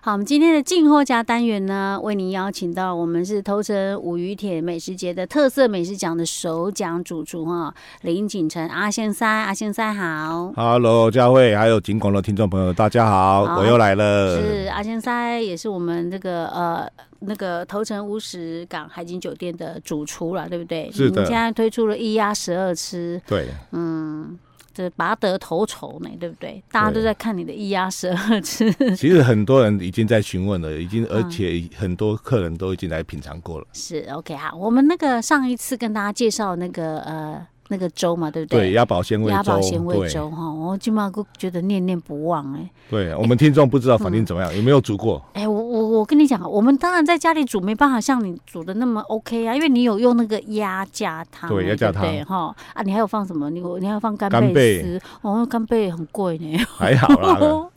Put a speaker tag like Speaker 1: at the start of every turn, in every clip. Speaker 1: 好，我们今天的进货家单元呢，为您邀请到我们是头城五渔铁美食节的特色美食奖的首奖主厨哈林景成阿先生，阿先生好。
Speaker 2: Hello，佳慧，还有景广的听众朋友，大家好，
Speaker 1: 好
Speaker 2: 我又来了。
Speaker 1: 是阿先生，也是我们这个呃那个头城乌石港海景酒店的主厨了，对不对？
Speaker 2: 是的
Speaker 1: 你现在推出了一鸭十二吃，
Speaker 2: 对，
Speaker 1: 嗯，这拔得头筹呢，对不对？大家都在看你的一鸭十二吃，
Speaker 2: 其实很多人已经在询问了，已经，而
Speaker 1: 嗯
Speaker 2: 且很多客人都已经来品尝过了。
Speaker 1: 是 OK 好，我们那个上一次跟大家介绍那个呃那个粥嘛，对不
Speaker 2: 对，
Speaker 1: 对？
Speaker 2: 鸭宝鲜味
Speaker 1: 鸭
Speaker 2: 粥
Speaker 1: 宝，鲜味
Speaker 2: 对，
Speaker 1: 粥哈，我今嘛都觉得念念不忘哎、
Speaker 2: 对我们听众不知道反应怎么样，有没有 煮过？
Speaker 1: 哎、我我我跟你讲，我们当然在家里煮没办法像你煮的那么 OK 啊，因为你有用那个鸭架汤哎，
Speaker 2: 对鸭架汤
Speaker 1: 对不对哈啊，你还有放什么？你你还有放干
Speaker 2: 干
Speaker 1: 贝
Speaker 2: 贝
Speaker 1: 丝，哦，干贝很贵 呢，
Speaker 2: 还好啦，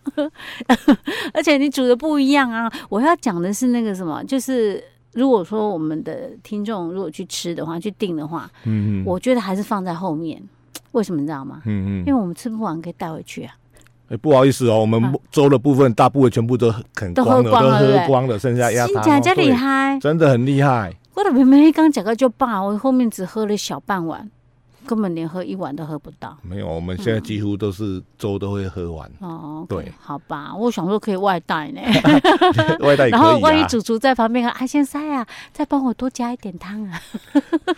Speaker 1: 而且你煮的不一样啊。我要讲的是那个什么，就是如果说我们的听众如果去吃的话，去订的话，
Speaker 2: 嗯嗯
Speaker 1: 我觉得还是放在后面，为什么你知道吗？
Speaker 2: 嗯
Speaker 1: 因为
Speaker 2: 嗯
Speaker 1: 我们吃不完可以带回去啊。
Speaker 2: 哎，不好意思哦，我们
Speaker 1: 啊
Speaker 2: 粥的部分大部分全部都很
Speaker 1: 都
Speaker 2: 光
Speaker 1: 喝
Speaker 2: 了，
Speaker 1: 光
Speaker 2: 都
Speaker 1: 了对不
Speaker 2: 喝
Speaker 1: 对
Speaker 2: 光了，剩下鸭
Speaker 1: 真
Speaker 2: 汤
Speaker 1: 假
Speaker 2: 哦，
Speaker 1: 真厉
Speaker 2: 对
Speaker 1: 害！
Speaker 2: 真的很厉害。
Speaker 1: 我的妹妹刚讲个就罢，我后面只喝了小半碗，根本连喝一碗都喝不到。，
Speaker 2: 没有，我们现在几乎都是粥都会喝完
Speaker 1: 哦，
Speaker 2: 对，
Speaker 1: 好吧，我想说可以外带 呢。
Speaker 2: 啊外带也
Speaker 1: 嗯
Speaker 2: 可
Speaker 1: 然后
Speaker 2: 以
Speaker 1: 万一
Speaker 2: 啊，
Speaker 1: 主厨在旁边啊，哎先生啊，再帮我多加一点汤啊，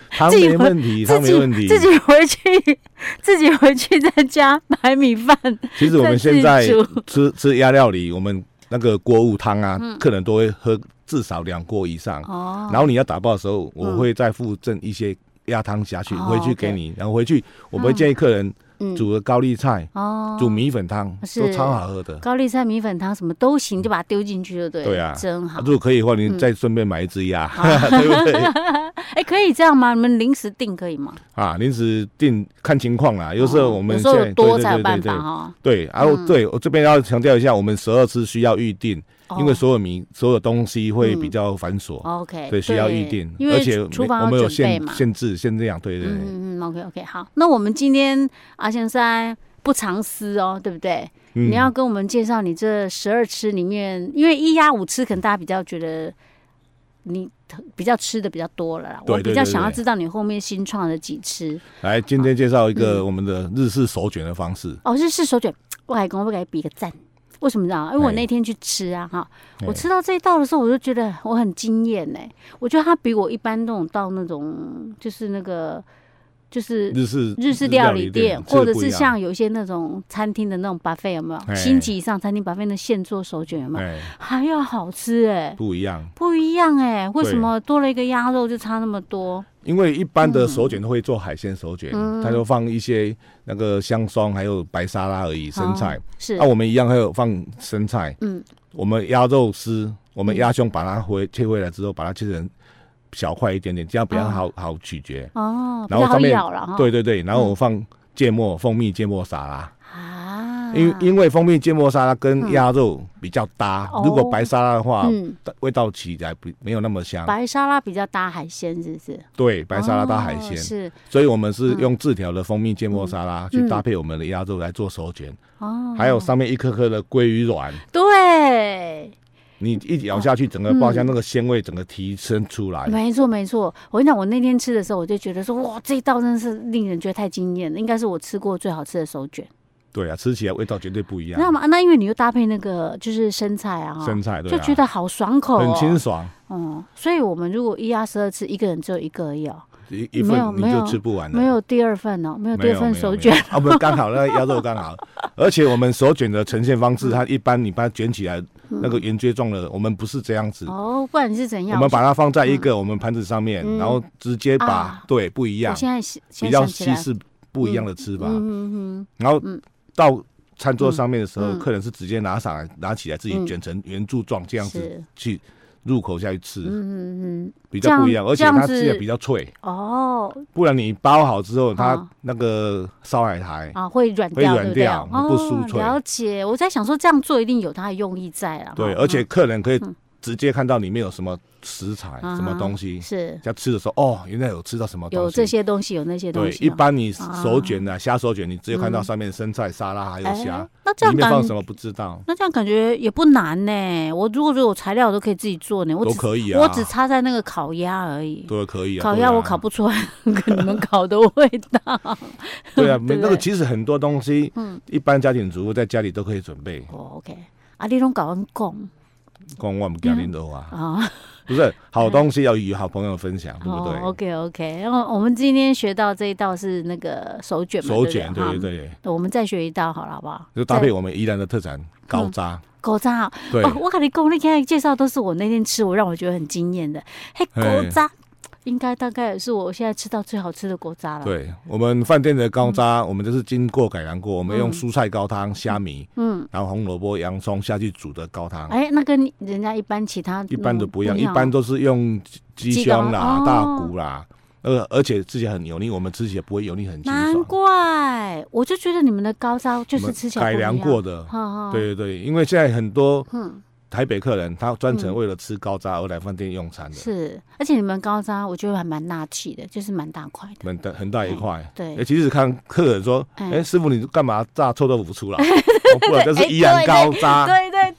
Speaker 2: 汤
Speaker 1: 自己
Speaker 2: 没
Speaker 1: 回
Speaker 2: 问题，
Speaker 1: 自
Speaker 2: 汤没
Speaker 1: 己
Speaker 2: 问题。
Speaker 1: 自己回去， 自己回去在家买米 饭。
Speaker 2: 其实我们现在
Speaker 1: 在 自己煮
Speaker 2: 吃吃鸭料理，我们那个锅物汤啊，客人都会喝至少两锅以上。
Speaker 1: 嗯哦，
Speaker 2: 然后你要打包的时候，
Speaker 1: 嗯
Speaker 2: 我会再附赠一些鸭汤下去，
Speaker 1: 哦
Speaker 2: 回去
Speaker 1: OK
Speaker 2: 给你。然后回去我们会建议客人
Speaker 1: 嗯
Speaker 2: 煮个高丽菜、
Speaker 1: 哦嗯
Speaker 2: 煮米粉汤，
Speaker 1: 是
Speaker 2: 都超好喝的。
Speaker 1: 高丽菜米粉汤什么都行，就把它丢进去就对了。
Speaker 2: 嗯对啊
Speaker 1: 真好
Speaker 2: 啊。如果可以的话，
Speaker 1: 嗯
Speaker 2: 你再顺便买一只鸭，
Speaker 1: 啊
Speaker 2: 对不对？
Speaker 1: 哎、可以这样吗？你们临时订可以吗？
Speaker 2: 啊，临时定看情况啦。有时候我们
Speaker 1: 哦有时
Speaker 2: 现
Speaker 1: 候
Speaker 2: 在
Speaker 1: 有多才有
Speaker 2: 对对
Speaker 1: 办
Speaker 2: 对
Speaker 1: 法哦嗯哈。
Speaker 2: 对，对然后对我这边要强调一下，我们十二次需要预定，
Speaker 1: 哦
Speaker 2: 因为所有米所有东西会比
Speaker 1: 嗯
Speaker 2: 较繁琐。
Speaker 1: OK，
Speaker 2: 对，需要预定，
Speaker 1: 哎因
Speaker 2: 而
Speaker 1: 为
Speaker 2: 且
Speaker 1: 厨
Speaker 2: 没
Speaker 1: 房
Speaker 2: 我们
Speaker 1: 要
Speaker 2: 有
Speaker 1: 准备
Speaker 2: 限
Speaker 1: 嘛。
Speaker 2: 限制，限量，对对对，
Speaker 1: 嗯嗯嗯，OK OK，好，那我们今天阿先生不藏私哦，对不对？
Speaker 2: 嗯
Speaker 1: 你要跟我们介绍你这十二吃里面，因为一鸭五吃可能大家比较觉得你比较吃的比较多了啦，
Speaker 2: 对
Speaker 1: 我
Speaker 2: 对
Speaker 1: 比较
Speaker 2: 对
Speaker 1: 想要
Speaker 2: 对
Speaker 1: 知道你后面新创的几吃
Speaker 2: 来今
Speaker 1: 啊
Speaker 2: 天介绍一
Speaker 1: 嗯
Speaker 2: 个我们的日式手卷的方式，
Speaker 1: 哦，日式手卷，我还跟我给比个赞。为什么你知道吗？因为我
Speaker 2: 哎
Speaker 1: 那天去吃啊，哈，
Speaker 2: 哎
Speaker 1: 我吃到这一道的时候，我就觉得我很惊艳呢。我觉得它比我一般那种到那种就是那个就是
Speaker 2: 日式
Speaker 1: 呃日式料理店，
Speaker 2: 吃得
Speaker 1: 或者
Speaker 2: 不
Speaker 1: 是
Speaker 2: 一样
Speaker 1: 像有一些那种餐厅的那种 buffet 有没有？
Speaker 2: 哎
Speaker 1: 星级以上餐厅 buffet 那现做手卷有没有？
Speaker 2: 哎
Speaker 1: 还要好吃哎，
Speaker 2: 不一样，
Speaker 1: 不一样哎，为
Speaker 2: 对
Speaker 1: 什么多了一个鸭肉就差那么多？
Speaker 2: 因为一般的手卷都会做海鲜手卷，
Speaker 1: 嗯
Speaker 2: 它就放一些那个香松还有白沙拉而已，生菜啊
Speaker 1: 哦，是
Speaker 2: 那我们一样还有放生菜，
Speaker 1: 嗯，哦
Speaker 2: 我们鸭肉丝，我们鸭胸把它回切回来之后，把它切成小块一点点，这样比较
Speaker 1: 哦
Speaker 2: 好好咀嚼。
Speaker 1: 哦，比
Speaker 2: 然
Speaker 1: 较
Speaker 2: 后
Speaker 1: 好
Speaker 2: 上面
Speaker 1: 咬了哈。
Speaker 2: 对对对，然后我放芥末、蜂蜜芥末沙拉。
Speaker 1: 啊，
Speaker 2: 因因为蜂蜜芥末沙拉跟鸭肉比较搭，
Speaker 1: 哦
Speaker 2: 如果白沙拉的话，
Speaker 1: 嗯，
Speaker 2: 味道起来不没有那么香。
Speaker 1: 白沙拉比较搭海鲜，是不是？
Speaker 2: 对，啊白沙拉搭海
Speaker 1: 哦
Speaker 2: 鲜，
Speaker 1: 是
Speaker 2: 所以我们是用自调的蜂蜜芥末沙拉
Speaker 1: 嗯
Speaker 2: 去搭配我们的鸭肉来做手卷，
Speaker 1: 哦，
Speaker 2: 还有上面一颗颗的鲑鱼卵，哎
Speaker 1: 对，
Speaker 2: 你一咬下去，整个爆香
Speaker 1: 嗯
Speaker 2: 那个鲜味整个提升出来。
Speaker 1: 没错没错。我跟你讲，我那天吃的时候，我就觉得说，哇，这一道真的是令人觉得太惊艳了，应该是我吃过最好吃的手卷。
Speaker 2: 对啊，吃起来味道绝对不一样
Speaker 1: 那，嘛，那因为你又搭配那个就是生菜啊，哈
Speaker 2: 生菜对
Speaker 1: 就觉
Speaker 2: 啊，
Speaker 1: 得好爽口、哦，
Speaker 2: 很清爽，
Speaker 1: 嗯，所以我们如果一鸭十二吃，一个人只有一个而已哦，
Speaker 2: 一一
Speaker 1: 没有
Speaker 2: 份你
Speaker 1: 没有
Speaker 2: 就吃不完了。
Speaker 1: 没有第二份哦，没有第二份手卷。
Speaker 2: 没有没有没有啊，我们刚好那个鸭肉刚好，而且我们手卷的呈现
Speaker 1: 嗯
Speaker 2: 方式，它一般你把它卷起来那个圆锥状的，我们不是这样子，
Speaker 1: 哦，不然你是怎
Speaker 2: 我
Speaker 1: 样？
Speaker 2: 们把它放在一个我们盘子上面，
Speaker 1: 嗯
Speaker 2: 然后直接
Speaker 1: 啊
Speaker 2: 把对不一
Speaker 1: 我
Speaker 2: 样
Speaker 1: 我，现在是
Speaker 2: 比
Speaker 1: 现在
Speaker 2: 较
Speaker 1: 想起
Speaker 2: 西
Speaker 1: 来，
Speaker 2: 式不一样的吃法，
Speaker 1: 嗯嗯
Speaker 2: 然后
Speaker 1: 嗯
Speaker 2: 到餐桌上面的时
Speaker 1: 嗯
Speaker 2: 候，
Speaker 1: 嗯
Speaker 2: 客人是直接拿上来拿起来自己卷成圆柱状
Speaker 1: 嗯，
Speaker 2: 这样子
Speaker 1: 是，
Speaker 2: 去入口下去吃，
Speaker 1: 嗯嗯嗯，
Speaker 2: 比较不一样，
Speaker 1: 这样
Speaker 2: 而且
Speaker 1: 这
Speaker 2: 它
Speaker 1: 样
Speaker 2: 吃
Speaker 1: 子
Speaker 2: 起来比较脆，
Speaker 1: 哦
Speaker 2: 不然你包好之后，它
Speaker 1: 啊
Speaker 2: 那个烧海苔
Speaker 1: 啊，会软
Speaker 2: 会
Speaker 1: 掉，对
Speaker 2: 软
Speaker 1: 不对？
Speaker 2: 掉
Speaker 1: 哦，
Speaker 2: 不酥脆
Speaker 1: 了解，我在想说这样做一定有它的用意在啦。
Speaker 2: 对，
Speaker 1: 哈嗯
Speaker 2: 而且客人可以直接看到里面有什么食材、什么东西，
Speaker 1: 是
Speaker 2: 在吃的时候，哦，原来有吃到什么东西。
Speaker 1: 啊有这些东西，有那些东
Speaker 2: 对，
Speaker 1: 西
Speaker 2: 一
Speaker 1: 哦。啊
Speaker 2: 般你手卷的虾手卷，你只有看到上面生菜、沙拉还有虾
Speaker 1: 哎，那这样
Speaker 2: 里面
Speaker 1: 感
Speaker 2: 放什么不知道，
Speaker 1: 那这样感觉也不难呢。我如果说有材料，我都可以自己做呢。我
Speaker 2: 都
Speaker 1: 只
Speaker 2: 可以啊，
Speaker 1: 我只差在那个烤鸭而已。
Speaker 2: 都可以啊。
Speaker 1: 烤
Speaker 2: 对
Speaker 1: 鸭
Speaker 2: 啊
Speaker 1: 我烤不出来跟你们烤的味道。
Speaker 2: 对
Speaker 1: 对
Speaker 2: 啊，
Speaker 1: 嗯
Speaker 2: 没
Speaker 1: 不
Speaker 2: 那个
Speaker 1: 对
Speaker 2: 其实很多东西，一般家庭主妇在家里都可以准备。
Speaker 1: 哦，OK，啊，你拢甲阮讲
Speaker 2: 光我们家庭的话，
Speaker 1: 啊，
Speaker 2: 不是好东西要与好朋友分享，对不
Speaker 1: 哦
Speaker 2: 对？
Speaker 1: ，OK OK，然后我们今天学到这一道是那个手卷嘛，
Speaker 2: 手
Speaker 1: 不
Speaker 2: 卷，对对，对，
Speaker 1: 哈我们再学一道好了，好不好？
Speaker 2: 就搭
Speaker 1: 再
Speaker 2: 配我们宜兰的特
Speaker 1: 嗯
Speaker 2: 产高渣，
Speaker 1: 狗渣哦，
Speaker 2: 对
Speaker 1: 哦，我跟你讲，那天介绍都是我那天吃，我让我觉得很惊艳的。嘿，
Speaker 2: 嘿
Speaker 1: 狗渣应该大概也是我现在吃到最好吃的狗渣了。，
Speaker 2: 对，我们饭店的高渣，我们就是经过改良过，我们用
Speaker 1: 嗯
Speaker 2: 蔬菜高汤、虾米，
Speaker 1: 嗯，
Speaker 2: 然后红萝卜、洋葱下去煮的高汤。
Speaker 1: 哎，那跟人家一般其他
Speaker 2: 啊
Speaker 1: 嗯
Speaker 2: 一般的不一样，
Speaker 1: 那
Speaker 2: 一
Speaker 1: 种
Speaker 2: 般都是用鸡鸡
Speaker 1: 鸡高
Speaker 2: 胸啦、
Speaker 1: 哦
Speaker 2: 大骨啦，而而且吃起来很油腻，我们吃起来不会油腻，很清
Speaker 1: 难
Speaker 2: 爽。
Speaker 1: 怪，我就觉得你们的高渣就是吃起来
Speaker 2: 改
Speaker 1: 不一样
Speaker 2: 良过，的，
Speaker 1: 哈哈，
Speaker 2: 对对对，因为现在很多
Speaker 1: 嗯
Speaker 2: 台北客人他专
Speaker 1: 嗯
Speaker 2: 程为了吃高渣而来饭店用餐的，
Speaker 1: 是，而且你们高渣我觉得还蛮大气的，就是蛮大块的。
Speaker 2: 很大很大一块。
Speaker 1: 对
Speaker 2: 哎，，其实看客人说，
Speaker 1: 哎
Speaker 2: 哎，师傅你干嘛炸臭豆腐出来？ 哦不，这是宜兰高渣。
Speaker 1: 对对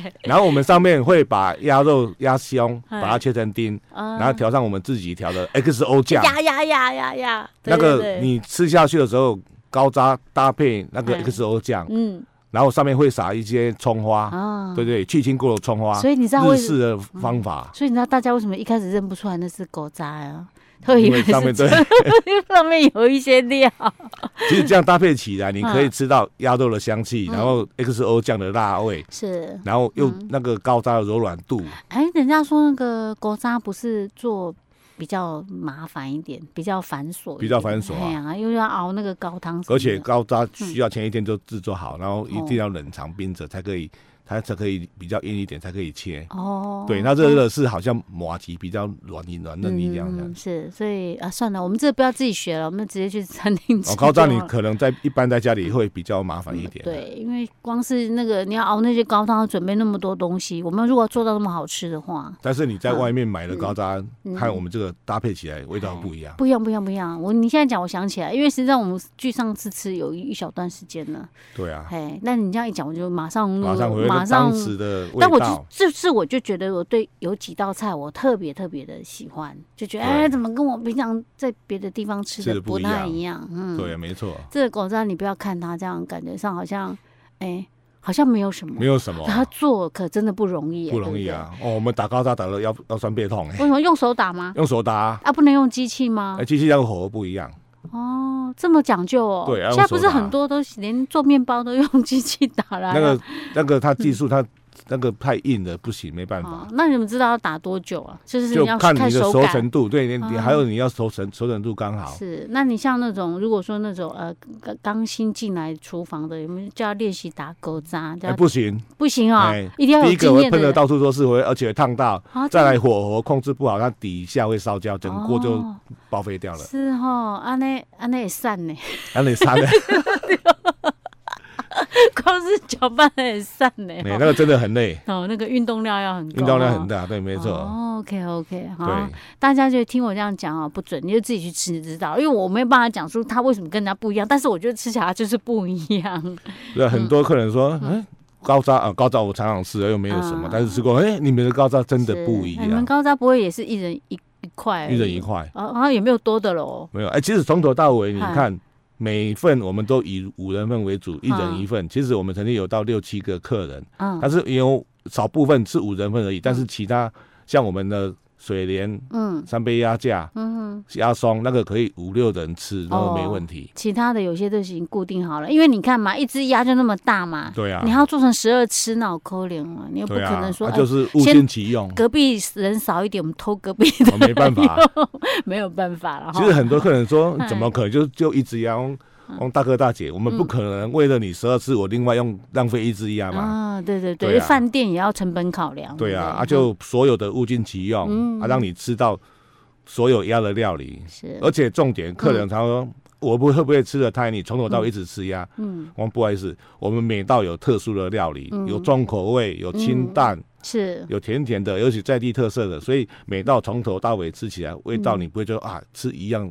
Speaker 1: 对，
Speaker 2: 然后我们上面会把鸭肉、鸭胸
Speaker 1: 哎啊
Speaker 2: 把它切成丁，
Speaker 1: 然
Speaker 2: 然后调上我们自己调的 XO 酱。
Speaker 1: 呀呀呀呀呀，对
Speaker 2: 那个
Speaker 1: 对对
Speaker 2: 你吃下去的时候，高渣搭配那个
Speaker 1: 嗯
Speaker 2: XO 酱，
Speaker 1: 嗯
Speaker 2: 然后上面会撒一些葱花，
Speaker 1: 啊，
Speaker 2: 对对，去腥过的葱花，
Speaker 1: 所以你知道为
Speaker 2: 日式的方法，
Speaker 1: 所以你知道大家为什么一开始认不出来那是狗渣啊？ 他会以
Speaker 2: 因
Speaker 1: 为
Speaker 2: 为
Speaker 1: 是
Speaker 2: 上面对，
Speaker 1: 上面有一些料，
Speaker 2: 其实这样搭配起来，你
Speaker 1: 嗯
Speaker 2: 可以吃到鸭肉的香气，
Speaker 1: 嗯
Speaker 2: 然后 XO 酱的辣味，
Speaker 1: 是
Speaker 2: 然后又
Speaker 1: 嗯
Speaker 2: 那个高渣的柔软度，
Speaker 1: 哎，人家说那个狗渣不是做比较麻烦一点，比较繁琐一点，
Speaker 2: 比较繁琐啊
Speaker 1: 哎呀，又要熬那个高汤什么的，
Speaker 2: 而且高渣
Speaker 1: 嗯
Speaker 2: 需要前一天就制作好，然后一
Speaker 1: 哦
Speaker 2: 定要冷藏冰着才可以，它才可以比较硬一点才可以切。
Speaker 1: 哦，
Speaker 2: 对，那这个是好像麻吉比较软一软嫩一样的。
Speaker 1: 嗯、是，所以啊，算了，我们这不要自己学了，我们直接去餐厅吃
Speaker 2: 哦，
Speaker 1: 嗯就好了。嗯
Speaker 2: 高渣你可啊能在一般在家里会比较麻烦一点。
Speaker 1: 对，因为光是那个你要熬那些高汤，要准备那么多东西，我们如果做到那么好吃的话，
Speaker 2: 但是你在外面买的高渣
Speaker 1: 嗯，
Speaker 2: 和我们这个搭配起来味道不一样。
Speaker 1: 不一样，不一样，不一样。我你现在讲，我想起来，因为实际上我们距上次吃有一一小段时间了。
Speaker 2: 对啊，
Speaker 1: 哎，那你这样一讲，我就马上
Speaker 2: 马上
Speaker 1: 嗯
Speaker 2: 回
Speaker 1: 马
Speaker 2: 到
Speaker 1: 上
Speaker 2: 当。时的味
Speaker 1: 但我就
Speaker 2: 道。
Speaker 1: 这次我就觉得我对有几道菜我特别特别的喜欢，就觉得
Speaker 2: 对
Speaker 1: 哎，怎么跟我平常在别的地方吃
Speaker 2: 吃
Speaker 1: 的
Speaker 2: 得
Speaker 1: 不
Speaker 2: 不一
Speaker 1: 太
Speaker 2: 样
Speaker 1: 一样？嗯，
Speaker 2: 对，没错，
Speaker 1: 这个狗渣你不要看它这样，感觉上好像，哎、好像没有什么。
Speaker 2: 没有什么
Speaker 1: 它做可真的不容易、
Speaker 2: 不容易啊。哦，我们打高渣打了腰腰酸背痛
Speaker 1: 对不
Speaker 2: 哎
Speaker 1: 对！，为什么用手打吗？
Speaker 2: 用手打啊，
Speaker 1: 啊，不能用机器吗
Speaker 2: 哎，？机器要火候不一样。
Speaker 1: 哦，这么讲究哦。
Speaker 2: 对要用
Speaker 1: 现在不是
Speaker 2: 手打
Speaker 1: 很多都连做面包都用机器打来啊哦
Speaker 2: 那
Speaker 1: 了。
Speaker 2: 个那个它技术它那个太硬了不行，没办法
Speaker 1: 哦。，那你们知道要打多久啊？就是
Speaker 2: 就
Speaker 1: 要
Speaker 2: 看你的
Speaker 1: 手
Speaker 2: 熟
Speaker 1: 感。
Speaker 2: 成度，对，你你
Speaker 1: 嗯
Speaker 2: 还有你要熟成熟成度刚好。
Speaker 1: 是，那你像那种如果说那种呃刚刚新进来厨房的，有没有就要练习打狗渣？就
Speaker 2: 哎，
Speaker 1: 要
Speaker 2: 不行，
Speaker 1: 不行啊、
Speaker 2: 哎
Speaker 1: 一定要
Speaker 2: 第
Speaker 1: 有
Speaker 2: 一个
Speaker 1: 经
Speaker 2: 会
Speaker 1: 验的
Speaker 2: 喷的
Speaker 1: 人。
Speaker 2: 到处都是，会而且烫到。
Speaker 1: 啊
Speaker 2: 再来火候控制不好，它底下会烧焦，整锅就
Speaker 1: 哦
Speaker 2: 报废掉了。
Speaker 1: 是吼，安尼安尼会散呢，
Speaker 2: 然后你杀的，
Speaker 1: 光是搅拌会散呢。
Speaker 2: 你那个真的很累，
Speaker 1: 哦，那个运动量要很高，
Speaker 2: 运动量很
Speaker 1: 大，
Speaker 2: 大，对，没错，
Speaker 1: 哦、OK OK，好
Speaker 2: 对，，
Speaker 1: 大家就听我这样讲哦，不准你就自己去吃，你知道，因为我没有办法讲出它为什么跟人家不一样，但是我觉得吃起来就是不一样。
Speaker 2: 对，很多客人说，哎，高渣啊，高渣我常常吃，又没有什么
Speaker 1: 嗯啊，
Speaker 2: 但是吃过，哎，你们的高渣真的不一
Speaker 1: 是你们
Speaker 2: 样，
Speaker 1: 高渣不会也是一人一一块而已？
Speaker 2: 一人一块，
Speaker 1: 哦，啊，也没有多的喽。
Speaker 2: 没有，哎，其实从头到尾，你
Speaker 1: 嗨
Speaker 2: 看。每份我们都以五人份为主，一人一份。其实我们曾经有到六七个客人，
Speaker 1: 嗯
Speaker 2: 但是也有少部分是五人份而已。但是其他像我们的水莲、
Speaker 1: 嗯
Speaker 2: 三杯鸭架，
Speaker 1: 嗯，
Speaker 2: 鸭松那个可以五六人吃，那
Speaker 1: 哦
Speaker 2: 个没问题。
Speaker 1: 其他的有些都已经固定好了，因为你看嘛，一只鸭就那么大嘛，
Speaker 2: 对啊
Speaker 1: 你，要做成十二吃，那我扣脸了，你又不
Speaker 2: 对
Speaker 1: 可
Speaker 2: 啊
Speaker 1: 能，说、
Speaker 2: 那
Speaker 1: 哎
Speaker 2: 就是物
Speaker 1: 先
Speaker 2: 尽其用，
Speaker 1: 隔壁人少一点，我们偷隔壁的，
Speaker 2: 我哦没办法。
Speaker 1: 没有办法了哈。
Speaker 2: 其实很多客人说
Speaker 1: 哎，嗯
Speaker 2: 怎么可能就就一只鸭？用用大哥大姐，我们不可能为了你十二次，我另外用浪费一只鸭嘛。
Speaker 1: 啊，对对对，
Speaker 2: 对啊
Speaker 1: 饭店也要成本考量。
Speaker 2: 对啊，
Speaker 1: 不
Speaker 2: 啊就所有的物尽其
Speaker 1: 嗯
Speaker 2: 用，啊让你吃到所有鸭的料理。
Speaker 1: 是
Speaker 2: 而且重点，客人常说。我不会不会吃的太腻，从头到尾一直吃鸭。
Speaker 1: 嗯嗯
Speaker 2: 我们不好意思，我们每道有特殊的料理，有重口味，有清淡，
Speaker 1: 是
Speaker 2: 有甜甜的，尤其在地特色的，所以每道从头到尾吃起来味道你不会就、啊吃一样。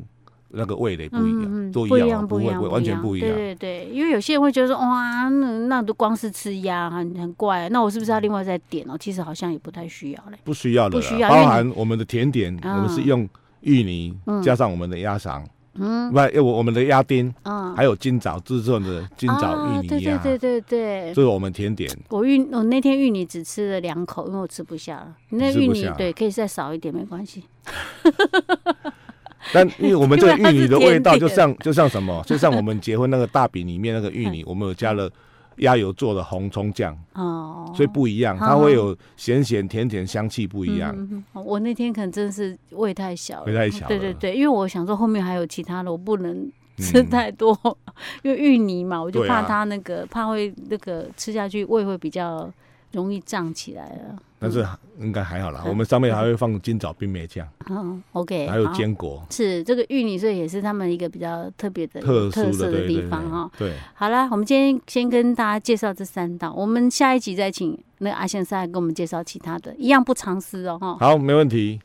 Speaker 2: 那个味蕾不一
Speaker 1: 嗯
Speaker 2: 样，
Speaker 1: 嗯嗯
Speaker 2: 都
Speaker 1: 不一
Speaker 2: 样啊，
Speaker 1: 样，
Speaker 2: 不
Speaker 1: 不一
Speaker 2: 会
Speaker 1: 样，
Speaker 2: 会
Speaker 1: 不
Speaker 2: 完全不一样。
Speaker 1: 对对对，因为有些人会觉得说，哇，那那都光是吃鸭很很怪，啊那我是不是要另外再点哦？其实好像也不太需要嘞。
Speaker 2: 不需要
Speaker 1: 不
Speaker 2: 的啦，
Speaker 1: 需要因为
Speaker 2: 包
Speaker 1: 你
Speaker 2: 含我们的甜点，
Speaker 1: 嗯
Speaker 2: 我们是用芋泥、加上我们的鸭肠，
Speaker 1: 嗯
Speaker 2: 不，我我们的鸭丁，
Speaker 1: 嗯，
Speaker 2: 还有金枣制作的金枣
Speaker 1: 啊
Speaker 2: 芋
Speaker 1: 对
Speaker 2: 泥
Speaker 1: 对
Speaker 2: 鸭，
Speaker 1: 对对对，
Speaker 2: 这是我们甜点。
Speaker 1: 我芋我那天芋泥只吃了两口，因为我吃不下了。你那
Speaker 2: 吃不
Speaker 1: 芋泥
Speaker 2: 下
Speaker 1: 对，可以再少一点，没关系。
Speaker 2: 但 因为我们这个芋泥的味道，
Speaker 1: 因为它
Speaker 2: 就是像就像什么，就像我们结婚那个大饼里面那个芋泥，我们有加了鸭油做的红葱酱，
Speaker 1: 哦，
Speaker 2: 所以不一样，它
Speaker 1: 嗯
Speaker 2: 会有咸咸甜甜，香气不
Speaker 1: 不
Speaker 2: 一样。
Speaker 1: 嗯哦我那天可能真是胃太小了，
Speaker 2: 胃太小
Speaker 1: 对对
Speaker 2: 了
Speaker 1: 对，因为我想说后面还有其他的，我不能吃
Speaker 2: 嗯，
Speaker 1: 太多，因为芋泥嘛，我就
Speaker 2: 对啊
Speaker 1: 怕它那个、怕会那个吃下去胃会比较容易胀起来啊了。
Speaker 2: 但是应该还好啦。
Speaker 1: 嗯
Speaker 2: 我们上面还会放金枣冰梅酱，
Speaker 1: 嗯，OK，
Speaker 2: 还有
Speaker 1: 好
Speaker 2: 坚果，
Speaker 1: 是这个芋泥，所以也是他们一个比较特别的
Speaker 2: 特殊
Speaker 1: 特色
Speaker 2: 的
Speaker 1: 的
Speaker 2: 对
Speaker 1: 地
Speaker 2: 对
Speaker 1: 方哈、哦。
Speaker 2: 对。
Speaker 1: 好啦，我们今天先跟大家介绍这三道，我们下一集再请那个阿先生来给我们介绍其他的，一样不藏私哦哈。
Speaker 2: 好，没问题。